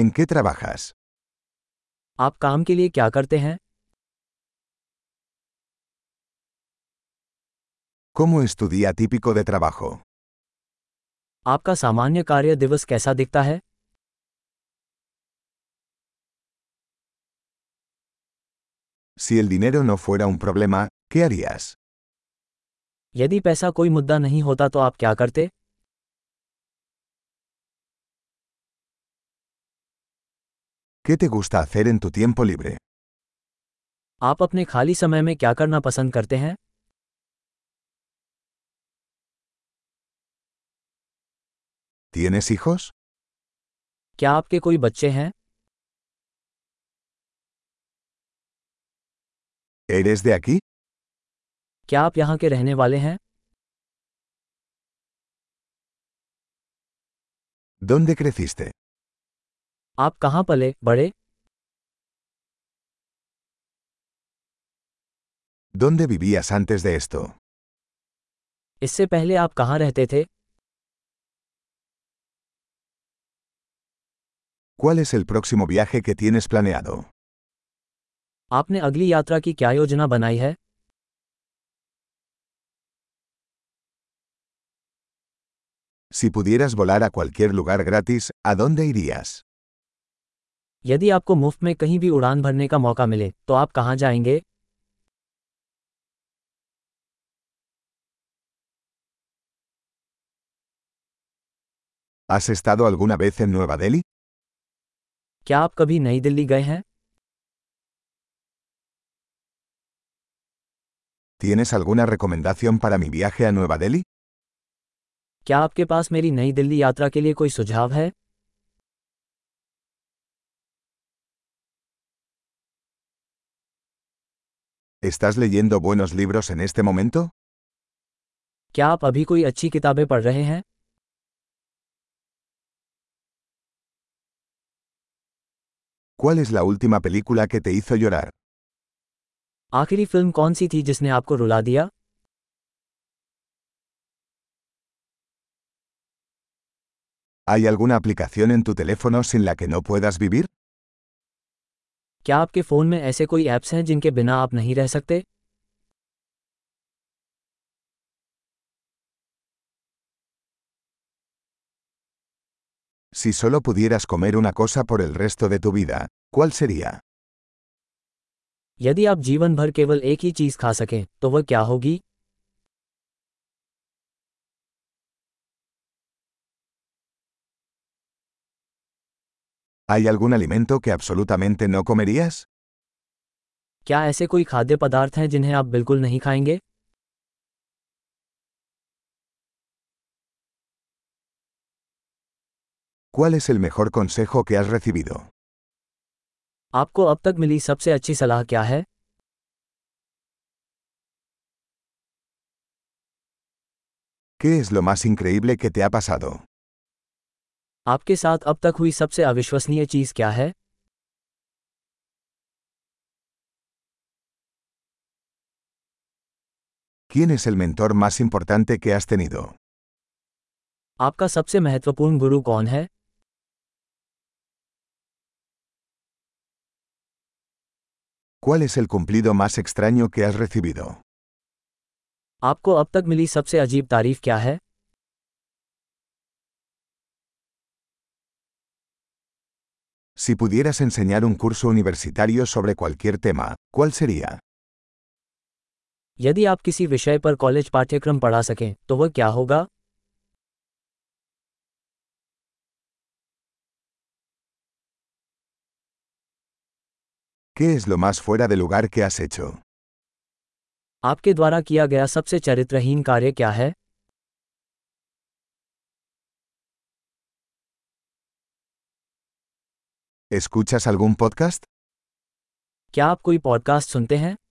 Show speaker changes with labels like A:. A: ¿En qué trabajas?
B: आप काम के लिए क्या करते हैं
A: ¿Cómo es tu día típico de trabajo?
B: आपका सामान्य कार्य दिवस कैसा दिखता है
A: Si el dinero no fuera un problema, ¿qué harías?
B: यदि पैसा कोई मुद्दा नहीं होता तो आप क्या करते
A: ¿Qué te gusta hacer en tu tiempo libre?
B: आप अपने खाली समय में क्या करना पसंद करते हैं
A: ¿Tienes hijos?
B: क्या आपके कोई बच्चे हैं
A: ¿Eres de aquí?
B: क्या आप यहाँ के रहने वाले हैं
A: ¿Dónde creciste?
B: आप कहाँ पले बड़े
A: ¿Dónde vivías antes de esto?
B: इससे पहले आप कहाँ रहते थे
A: ¿Cuál es el próximo viaje que tienes planeado?
B: आपने अगली यात्रा की क्या योजना बनाई है
A: Si pudieras volar a cualquier lugar gratis, ¿a dónde irías?
B: यदि आपको मुफ्त में कहीं भी उड़ान भरने का मौका मिले तो आप कहाँ जाएंगे
A: ¿Has estado alguna vez en Nueva Delhi?
B: क्या आप कभी नई दिल्ली गए हैं
A: ¿Tienes alguna recomendación para mi viaje a Nueva Delhi?
B: क्या आपके पास मेरी नई दिल्ली यात्रा के लिए कोई सुझाव है
A: ¿Estás leyendo buenos libros en este momento?
B: क्या आप अभी कोई अच्छी किताबें पढ़ रहे हैं
A: ¿Cuál es la última película que te hizo llorar?
B: आखिरी फिल्म कौन सी थी जिसने आपको रुला दिया
A: ¿Hay alguna aplicación en tu teléfono sin la que no puedas vivir?
B: क्या आपके फ़ोन में ऐसे कोई ऐप्स हैं जिनके बिना आप नहीं रह सकते
A: Si solo pudieras comer una cosa por el resto de tu vida, ¿cuál sería?
B: यदि आप जीवन भर केवल एक ही चीज़ खा सकें तो वह क्या होगी
A: ¿Hay algún alimento que absolutamente no comerías?
B: क्या ऐसे कोई खाद्य पदार्थ हैं जिन्हें आप बिल्कुल नहीं खाएंगे
A: ¿Cuál es el mejor consejo que has recibido?
B: आपको अब तक मिली सबसे अच्छी सलाह क्या है
A: ¿Qué es lo más increíble que te ha pasado?
B: आपके साथ अब तक हुई सबसे अविश्वसनीय चीज़ क्या है
A: ¿Quién es el mentor más importante que has tenido?
B: आपका सबसे महत्वपूर्ण गुरु कौन है
A: ¿Cuál es el cumplido más extraño que has recibido?
B: आपको अब तक मिली सबसे अजीब तारीफ क्या है
A: Si pudieras enseñar un curso universitario sobre cualquier tema, ¿cuál sería?
B: यदि आप किसी विषय पर कॉलेज पाठ्यक्रम पढ़ा सकें तो वह क्या होगा
A: ¿Qué es lo más fuera de lugar que has hecho?
B: आपके द्वारा किया गया सबसे चरित्रहीन कार्य क्या है
A: ¿Escuchas algún podcast?
B: क्या आप कोई पॉडकास्ट सुनते हैं